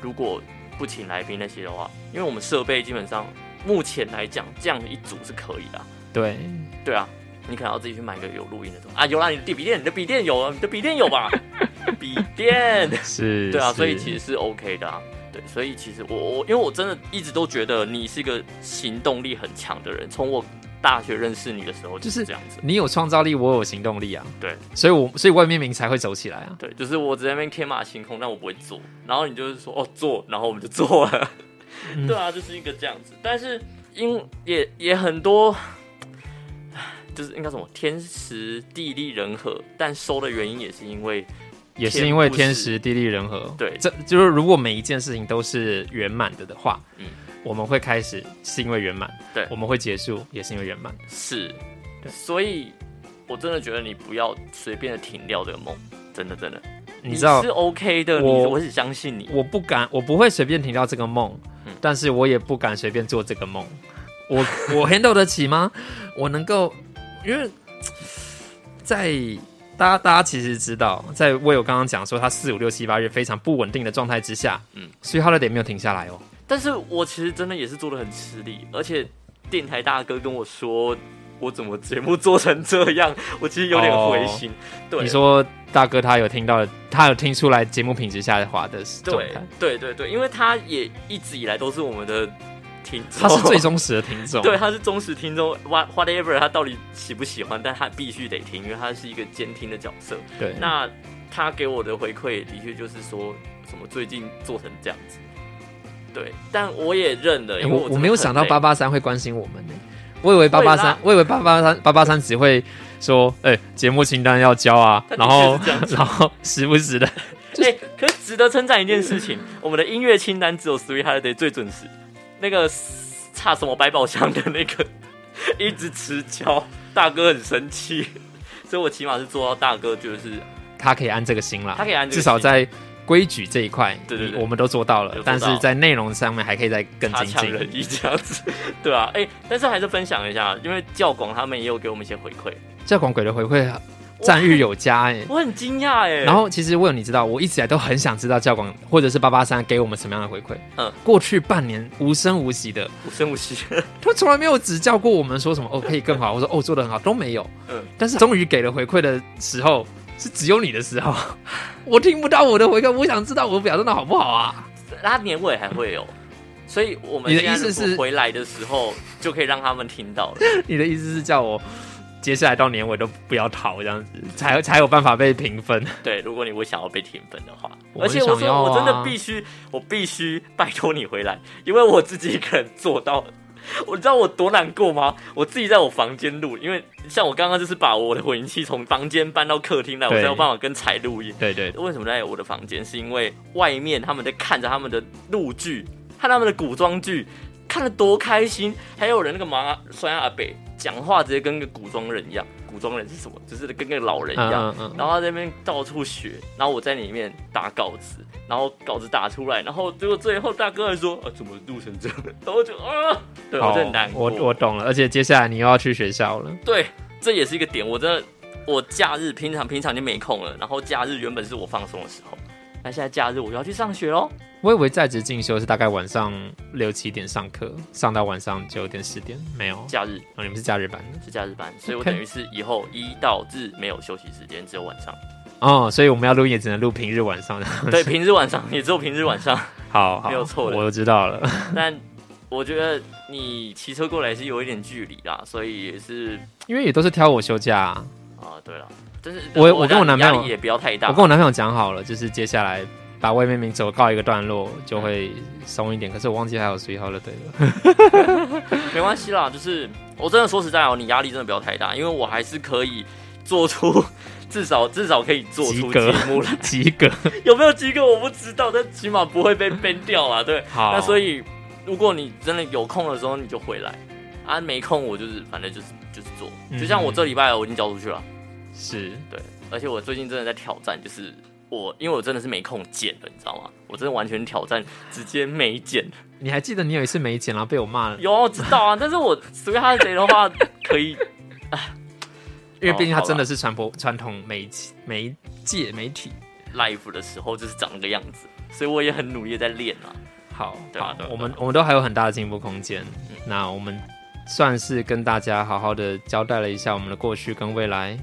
[SPEAKER 2] 如果不请来宾那些的话，因为我们设备基本上目前来讲，这样一组是可以的啊、
[SPEAKER 1] 对，
[SPEAKER 2] 对啊，你可能要自己去买一个有录音的东西啊。有啦，你的笔电，你的笔电有啊，你的笔电有吧？笔电。
[SPEAKER 1] 是。
[SPEAKER 2] 对啊，
[SPEAKER 1] 是
[SPEAKER 2] 所以其实是 OK 的啊。对，所以其实我我因为我真的一直都觉得你是一个行动力很强的人，从我大学认识你的时候
[SPEAKER 1] 就是
[SPEAKER 2] 是这样子。
[SPEAKER 1] 你有创造力，我有行动力啊。
[SPEAKER 2] 对，
[SPEAKER 1] 所以我所以外面名才会走起来啊。
[SPEAKER 2] 对，就是我只在那边天马行空，但我不会做。然后你就是说哦做，然后我们就做了。
[SPEAKER 1] 嗯
[SPEAKER 2] 对啊，就是一个这样子。但是因也也很多，唉就是应该什么天时地利人和，但收的原因也是因为
[SPEAKER 1] 也是因为
[SPEAKER 2] 不
[SPEAKER 1] 天
[SPEAKER 2] 是
[SPEAKER 1] 时地利人和。
[SPEAKER 2] 对
[SPEAKER 1] 这就是如果每一件事情都是圆满的的话，
[SPEAKER 2] 嗯
[SPEAKER 1] 我们会开始是因为圆满，
[SPEAKER 2] 对
[SPEAKER 1] 我们会结束也是因为圆满。
[SPEAKER 2] 是，
[SPEAKER 1] 对
[SPEAKER 2] 所以我真的觉得你不要随便的停掉这个梦，真的真的，
[SPEAKER 1] 你知道
[SPEAKER 2] 是 OK 的，你
[SPEAKER 1] 我
[SPEAKER 2] 我是相信你，
[SPEAKER 1] 我不敢，我不会随便停掉这个梦，
[SPEAKER 2] 嗯
[SPEAKER 1] 但是我也不敢随便做这个梦。我我 handle 得起吗？我能够，因为在大家大家其实知道，在我有刚刚讲说，他四五六七八月非常不稳定的状态之下，嗯
[SPEAKER 2] 嗯，
[SPEAKER 1] 所以 holiday 没有停下来哦。
[SPEAKER 2] 但是我其实真的也是做的很吃力，而且电台大哥跟我说。我怎么节目做成这样？我其实有点灰心。对，
[SPEAKER 1] 哦你说大哥他有听到，他有听出来节目品质下滑的状
[SPEAKER 2] 对
[SPEAKER 1] 态，
[SPEAKER 2] 对对对，因为他也一直以来都是我们的听众，
[SPEAKER 1] 他是最忠实的听众。
[SPEAKER 2] 对，他是忠实听众。What whatever，他到底喜不喜欢，但他必须得听，因为他是一个监听的角色。
[SPEAKER 1] 对，
[SPEAKER 2] 那他给我的回馈的确就是说什么最近做成这样子，对，但我也认了，
[SPEAKER 1] 欸
[SPEAKER 2] 因为
[SPEAKER 1] 我
[SPEAKER 2] 我
[SPEAKER 1] 我没有想到八
[SPEAKER 2] 爸，
[SPEAKER 1] 八三会关心我们呢、我以为八八
[SPEAKER 2] 会
[SPEAKER 1] 三
[SPEAKER 2] 啦，
[SPEAKER 1] 我以为八八三八八三只会说，哎、节目清单要交啊，
[SPEAKER 2] 他的
[SPEAKER 1] 然后
[SPEAKER 2] 确是这样子
[SPEAKER 1] 然后时不时的，
[SPEAKER 2] 哎、可是值得称赞一件事情，我们的音乐清单只有 Three Holiday 最准时，那个差什么百宝箱的那个一直迟交，大哥很生气，所以我起码是做到大哥就是
[SPEAKER 1] 他可以按这个心啦，
[SPEAKER 2] 他可以按
[SPEAKER 1] 啊
[SPEAKER 2] 这个
[SPEAKER 1] 至少
[SPEAKER 2] 心
[SPEAKER 1] 在规矩这一块，
[SPEAKER 2] 对对
[SPEAKER 1] 你
[SPEAKER 2] 对
[SPEAKER 1] 我们都做到了，
[SPEAKER 2] 有做
[SPEAKER 1] 但
[SPEAKER 2] 到
[SPEAKER 1] 是在内容上面还可以再更
[SPEAKER 2] 差
[SPEAKER 1] 精
[SPEAKER 2] 强人
[SPEAKER 1] 进。
[SPEAKER 2] 意这样子，对啊，哎、但是还是分享一下，因为教广他们也有给我们一些回馈，
[SPEAKER 1] 教广鬼的回馈赞誉有加哎、
[SPEAKER 2] 我很惊讶哎，
[SPEAKER 1] 然后其实我有你知道，我一直以来都很想知道教广或者是八八三给我们什么样的回馈。
[SPEAKER 2] 嗯
[SPEAKER 1] 过去半年无声无息的，
[SPEAKER 2] 无声无息。
[SPEAKER 1] 他从来没有指教过我们说什么哦可以更好，我说哦做的很好都没有。
[SPEAKER 2] 嗯
[SPEAKER 1] 但是终于给了回馈的时候， 是只有你的时候，我听不到我的回馈，我想知道我表现的好不好啊？
[SPEAKER 2] 他年尾还会有，所以我们
[SPEAKER 1] 你的
[SPEAKER 2] 现在
[SPEAKER 1] 意思是
[SPEAKER 2] 如果回来的时候就可以让他们听到 了。
[SPEAKER 1] 你的意思是叫我接下来到年尾都不要逃这样子，才才有办法被评分？
[SPEAKER 2] 对，如果你会想要被评分的话，
[SPEAKER 1] 我
[SPEAKER 2] 而
[SPEAKER 1] 很
[SPEAKER 2] 且我
[SPEAKER 1] 想要
[SPEAKER 2] 说
[SPEAKER 1] 啊
[SPEAKER 2] 我真的必须，我必须拜托你回来，因为我自己一个人做到了。我知道我多难过吗？我自己在我房间录，因为像我刚刚就是把我的混音器从房间搬到客厅来，我
[SPEAKER 1] 对
[SPEAKER 2] 才有办法跟才录音。
[SPEAKER 1] 对对，
[SPEAKER 2] 为什么在我的房间？是因为外面他们在看着他们的陆剧，看他们的古装剧，看得多开心。还有人那个麻酸阿北讲话直接跟个古装人一样，古装人是什么？就是跟个老人一样。
[SPEAKER 1] 嗯嗯嗯，
[SPEAKER 2] 然后他在那边到处学，然后我在里面打稿子，然后稿子打出来，然后结果最后大哥还说啊怎么录成这样？然后我就啊，对我就很难
[SPEAKER 1] 好
[SPEAKER 2] 过。
[SPEAKER 1] 我我懂了，而且接下来你又要去学校了，
[SPEAKER 2] 对，这也是一个点。我真的，我假日平常平常就没空了，然后假日原本是我放松的时候，那现在假日我就要去上学喽。
[SPEAKER 1] 我以为在职进修是大概晚上六七点上课，上到晚上九点十点，没有，
[SPEAKER 2] 假日
[SPEAKER 1] 哦，你们是假日班的
[SPEAKER 2] 是假日班，所以我
[SPEAKER 1] OK
[SPEAKER 2] 等于是以后一到日没有休息时间，只 有晚上。
[SPEAKER 1] 哦，所以我们要录音也只能录平日晚上的。
[SPEAKER 2] 对，平日晚上也只有平日晚上。
[SPEAKER 1] 好好，
[SPEAKER 2] 没有错的
[SPEAKER 1] 我知道 了。
[SPEAKER 2] 但我觉得你骑车过来是有一点距离啦，所以也是
[SPEAKER 1] 因为也都是挑我休假、啊，
[SPEAKER 2] 啊，对了。但是
[SPEAKER 1] 我我跟我
[SPEAKER 2] 让你
[SPEAKER 1] 男朋友
[SPEAKER 2] 压力也不要太大。
[SPEAKER 1] 我跟我男朋友讲好了，就是接下来把外面名走告一个段落，就会松一点。可是我忘记还有随号了，对了，
[SPEAKER 2] 没关系啦，就是我真的说实在哦，你压力真的不要太大，因为我还是可以做出 至少至少可以做
[SPEAKER 1] 及
[SPEAKER 2] 出
[SPEAKER 1] 格
[SPEAKER 2] 节目 来，
[SPEAKER 1] 及格。
[SPEAKER 2] 有没有及格我不知道，但起码不会被 ban 掉啦。对，
[SPEAKER 1] 好，
[SPEAKER 2] 那所
[SPEAKER 1] 以
[SPEAKER 2] 以如果你真的有空的时候你就回来，啊，没空我就是反正就是就是做，
[SPEAKER 1] 嗯
[SPEAKER 2] 就像我这礼拜我已经交出去了，
[SPEAKER 1] 是
[SPEAKER 2] 对，而且我最近真的在挑战，就是我因为我真的是没空剪了，你知道吗？我真的完全挑战直接没剪，
[SPEAKER 1] 你还记得你有一次没剪，然后被我骂了，
[SPEAKER 2] 有我知道啊，但是我随便他的贼的话 可以，
[SPEAKER 1] 因为毕竟他
[SPEAKER 2] 哦好吧
[SPEAKER 1] 真的是传播传统媒媒介媒体。
[SPEAKER 2] live 的时候就是长那个样子，所以我也很努力地在练啊。
[SPEAKER 1] 好，
[SPEAKER 2] 对啊
[SPEAKER 1] 好
[SPEAKER 2] 对啊
[SPEAKER 1] 我们
[SPEAKER 2] 对啊嗯
[SPEAKER 1] 我们都还有很大的进步空间。那我们算是跟大家好好的交代了一下我们的过去跟未来。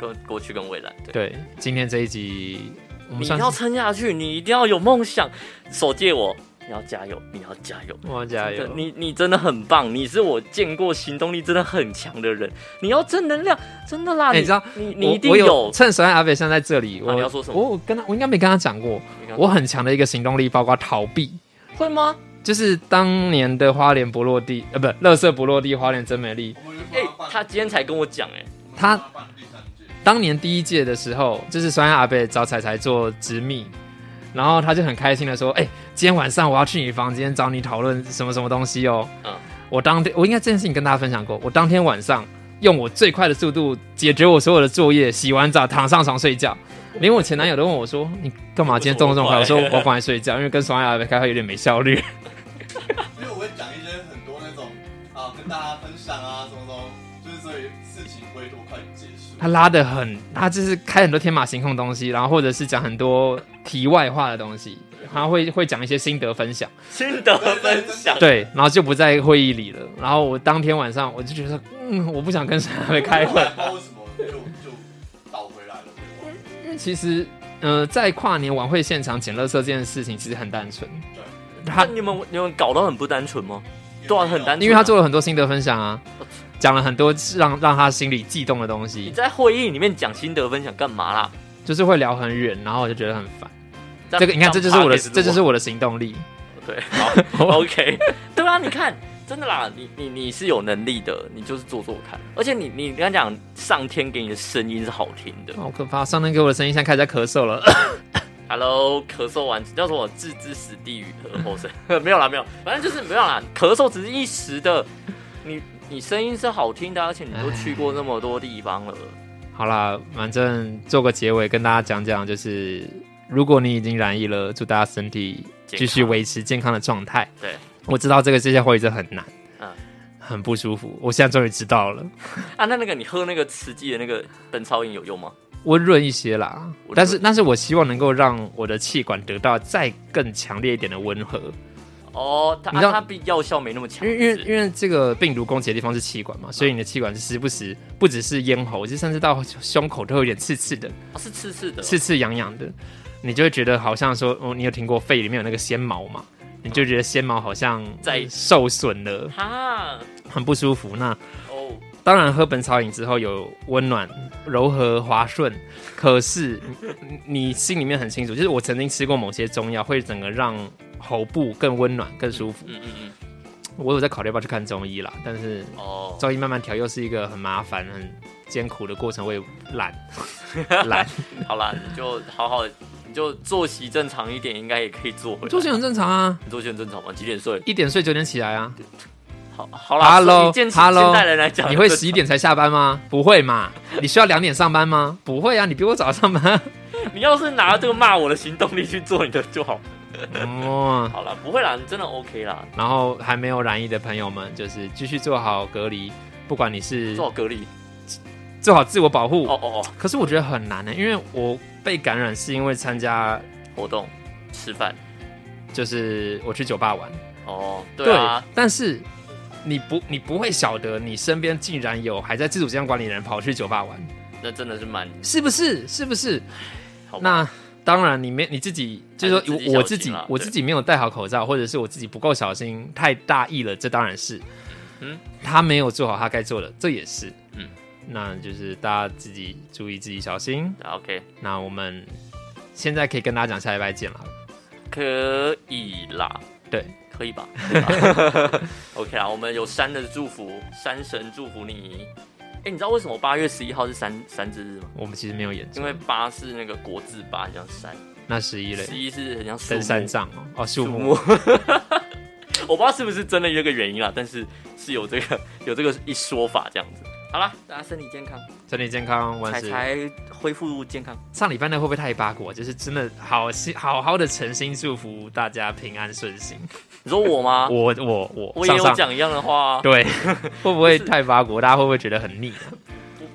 [SPEAKER 2] 跟过去跟未来，对，
[SPEAKER 1] 对，今天这一集我们
[SPEAKER 2] 你
[SPEAKER 1] 算
[SPEAKER 2] 要
[SPEAKER 1] 是
[SPEAKER 2] 撑下去，你一定要有梦想，手借我，你要加油，你要加油。
[SPEAKER 1] 我要加油
[SPEAKER 2] 真的，你你真的很棒，你是我见过行动力真的很强的人，你要正能量，真的啦，
[SPEAKER 1] 哎你知道
[SPEAKER 2] 你你
[SPEAKER 1] 我
[SPEAKER 2] 一定
[SPEAKER 1] 我
[SPEAKER 2] 有啊
[SPEAKER 1] 趁手上阿北山在这里，我、
[SPEAKER 2] 你要说什么
[SPEAKER 1] 我我跟他，我应该没跟他讲过，我很强的一个行动力，包括逃避。
[SPEAKER 2] 会吗？
[SPEAKER 1] 就是当年的花莲不落地，呃，不，乐色不落地，花莲真美丽。
[SPEAKER 3] 我们就
[SPEAKER 2] 哎、
[SPEAKER 3] 帮办
[SPEAKER 2] 他今天才跟我讲、哎，
[SPEAKER 3] 我们就
[SPEAKER 1] 他
[SPEAKER 3] 帮办第三届
[SPEAKER 1] 当年第一届的时候，就是酸亚阿贝找彩彩做直密，然后他就很开心的说：“哎、今天晚上我要去你房间找你讨论什么什么东西哦。”
[SPEAKER 2] 嗯
[SPEAKER 1] 我当天我应该这件事情跟大家分享过，我当天晚上用我最快的速度解决我所有的作业，洗完澡躺上床睡觉。连我前男友都问我说：“你干嘛今天动作这么快？”我说：“我赶来睡觉，因为跟爽亚阿贝开会有点没效率。
[SPEAKER 3] 因为我会讲一些很多那种啊，跟大家分享啊，什么什么，就是所以事情不会这么快结”束。
[SPEAKER 1] 他拉的很，他就是开很多天马行空的东西，然后或者是讲很多题外话的东西，他会会讲一些心得分享。
[SPEAKER 2] 心得分 享，
[SPEAKER 1] 对，然后就不在会议里了。然后我当天晚上我就觉得，嗯，我不想跟沈海会开
[SPEAKER 3] 后
[SPEAKER 1] 会
[SPEAKER 3] 来，不知道为什么就就倒回来了，我也忘了
[SPEAKER 1] 因为其实，呃，在跨年晚会现场捡垃圾这件事情其实很单纯。
[SPEAKER 2] 那
[SPEAKER 1] 他
[SPEAKER 2] 你们你们搞得很不单纯吗？对啊，很单纯、
[SPEAKER 1] 因为他，做了很多心得分享啊，讲了很多让让他心里悸动的东
[SPEAKER 2] 你
[SPEAKER 1] 西，
[SPEAKER 2] 在会议里面讲心得分享干嘛啦？
[SPEAKER 1] 就是会聊很远，然后我就觉得很烦。
[SPEAKER 2] 样
[SPEAKER 1] 这个你看，这就是我的，
[SPEAKER 2] 样 podcast
[SPEAKER 1] 这就是
[SPEAKER 2] 录
[SPEAKER 1] 我的行动力。
[SPEAKER 2] 啊对，好，OK，对啊，你看，真的啦，你你你是有能力的，你就是做做看，而且你你刚刚讲上天给你的声音是好听的
[SPEAKER 1] 哦好可怕！上天给我的声音现在开始在咳嗽了。
[SPEAKER 2] ，Hello，咳嗽完叫做我置之死地与何后生， 没有啦，没有，反正就是没有啦，咳嗽只是一时的，你你声音是好听的，而且你都去过那么多地方了，
[SPEAKER 1] 好啦，反正做个结尾，跟大家讲讲，就是如果你已经染疫了，祝大家身体
[SPEAKER 2] 健康
[SPEAKER 1] 继续维持健康的状态。
[SPEAKER 2] 对，
[SPEAKER 1] 我知道这个这些会真的很难，
[SPEAKER 2] 嗯
[SPEAKER 1] 很不舒服。我现在终于知道了，
[SPEAKER 2] 啊，那那个你喝那个慈济的那个苯超饮有用吗？
[SPEAKER 1] 温润一些啦
[SPEAKER 2] 润。
[SPEAKER 1] 但是，但是我希望能够让我的气管得到再更强烈一点的温和，
[SPEAKER 2] 哦，它
[SPEAKER 1] 你知道
[SPEAKER 2] 啊它比药效没那么强，
[SPEAKER 1] 因为因
[SPEAKER 2] 是
[SPEAKER 1] 为因为这个病毒攻击的地方是气管嘛，所以你的气管时不时不只是咽喉，就甚至到胸口都有点刺刺的，
[SPEAKER 2] 啊是刺刺的哦，
[SPEAKER 1] 刺刺痒痒的，你就会觉得好像说，哦，你有听过肺里面有那个纤毛嘛？你就觉得纤毛好像呃
[SPEAKER 2] 在
[SPEAKER 1] 受损了，
[SPEAKER 2] 哈
[SPEAKER 1] 很不舒服。那
[SPEAKER 2] 哦，
[SPEAKER 1] 当然，喝本草饮之后有温暖、柔和、滑顺，可是你你心里面很清楚，就是我曾经吃过某些中药，会整个让喉部更温暖、更舒服。
[SPEAKER 2] 嗯嗯嗯，
[SPEAKER 1] 我有在考虑要不要去看中医啦，但是
[SPEAKER 2] 哦，
[SPEAKER 1] 中医慢慢调又是一个很麻烦、很艰苦的过程，我也懒懒。
[SPEAKER 2] 好啦，你就好好，你就作息正常一点，应该也可以做回来。
[SPEAKER 1] 作息很正常啊，
[SPEAKER 2] 你作息很正常吗？几点睡？
[SPEAKER 1] 一点睡九点起来啊。
[SPEAKER 2] 好，好啦。
[SPEAKER 1] Hello，
[SPEAKER 2] 以现
[SPEAKER 1] Hello，
[SPEAKER 2] 现代人来 讲，
[SPEAKER 1] 你会
[SPEAKER 2] 这
[SPEAKER 1] 十一点才下班吗？不会嘛？你需要两点上班吗？不会啊，你比我早上班。
[SPEAKER 2] 你要是拿这个骂我的行动力去做你的就好。
[SPEAKER 1] 哦，
[SPEAKER 2] 好啦，不会啦，你真的 OK 啦，
[SPEAKER 1] 然后还没有染疫的朋友们，就是继续做好隔离，不管你是
[SPEAKER 2] 做好隔离。
[SPEAKER 1] 做好自我保护。
[SPEAKER 2] 哦哦哦，
[SPEAKER 1] 可是我觉得很难呢、因为我被感染是因为参加，
[SPEAKER 2] 活动、吃饭。
[SPEAKER 1] 就是我去酒吧玩。
[SPEAKER 2] 哦，对啊，
[SPEAKER 1] 但是你不你不会晓得，你身边竟然有还在自主健康管理的人跑去酒吧玩，
[SPEAKER 2] 那真的是蛮
[SPEAKER 1] 是不是？是不是？
[SPEAKER 2] 好吧。
[SPEAKER 1] 那当然，你没你自己，就是
[SPEAKER 2] 还是
[SPEAKER 1] 说我我
[SPEAKER 2] 自己小心
[SPEAKER 1] 自己
[SPEAKER 2] 啦，
[SPEAKER 1] 我
[SPEAKER 2] 对
[SPEAKER 1] 自己没有戴好口罩，或者是我自己不够小心，太大意了，这当然是，
[SPEAKER 2] 嗯
[SPEAKER 1] 嗯，他没有做好他该做的，这也是，
[SPEAKER 2] 嗯
[SPEAKER 1] 嗯，那就是大家自己注意自己小心。
[SPEAKER 2] 那 OK，
[SPEAKER 1] 那我们现在可以跟大家讲下礼拜见了，
[SPEAKER 2] 可以啦，
[SPEAKER 1] 对，
[SPEAKER 2] 可以吧可以吧 ？OK 啦，我们有山的祝福，山神祝福你。哎、你知道为什么八月十一号是三三之日吗？
[SPEAKER 1] 我们其实没有演出
[SPEAKER 2] 因，为八是那个国字八，很像山；
[SPEAKER 1] 那十一嘞
[SPEAKER 2] 十，一是很像树木
[SPEAKER 1] 登山杖哦，哦，树
[SPEAKER 2] 树
[SPEAKER 1] 木，
[SPEAKER 2] 木。 我不知道是不是真的有这个原因啦，但是是有这个有这个一说法这样子。好啦，大家身体健康，
[SPEAKER 1] 身体健康，万
[SPEAKER 2] 才
[SPEAKER 1] 事。
[SPEAKER 2] 才恢复健康。
[SPEAKER 1] 上礼拜那会不会太八卦？就是真的好心好好的诚心祝福大家平安顺心。
[SPEAKER 2] 你说我吗？我
[SPEAKER 1] 我我我
[SPEAKER 2] 也
[SPEAKER 1] 上
[SPEAKER 2] 有
[SPEAKER 1] 上
[SPEAKER 2] 讲一样的话、啊，
[SPEAKER 1] 对， 会不会
[SPEAKER 2] 就是
[SPEAKER 1] 太八卦？大家会不会觉得很腻？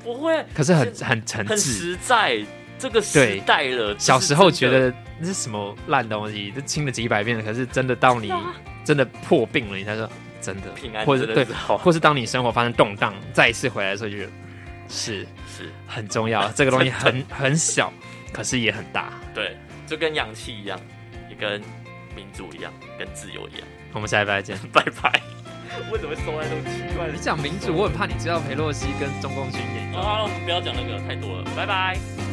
[SPEAKER 2] 我不会，
[SPEAKER 1] 可是很很诚
[SPEAKER 2] 很
[SPEAKER 1] 挚。
[SPEAKER 2] 实在。这个时
[SPEAKER 1] 对
[SPEAKER 2] 代了，这是
[SPEAKER 1] 小时候觉
[SPEAKER 2] 真的
[SPEAKER 1] 得那是什么烂东西，这听了几百遍了，可是真的到你真的破病了，你才说真的
[SPEAKER 2] 平安
[SPEAKER 1] 或者
[SPEAKER 2] 真
[SPEAKER 1] 对
[SPEAKER 2] 的是，好，
[SPEAKER 1] 或是当你生活发生动荡，再一次回来的时候，就觉得是
[SPEAKER 2] 是
[SPEAKER 1] 很重 要。这个东西很很小，可是也很大。
[SPEAKER 2] 对，就跟氧气一样，也跟民主一样，跟自由一样。
[SPEAKER 1] 我们下礼拜见。
[SPEAKER 2] 拜拜。 为什么会收在这种奇怪的
[SPEAKER 1] 你？讲民主，我很怕你知道裴洛西跟中共军演。
[SPEAKER 2] 哦，好了，我们不要讲那个太多了，拜拜。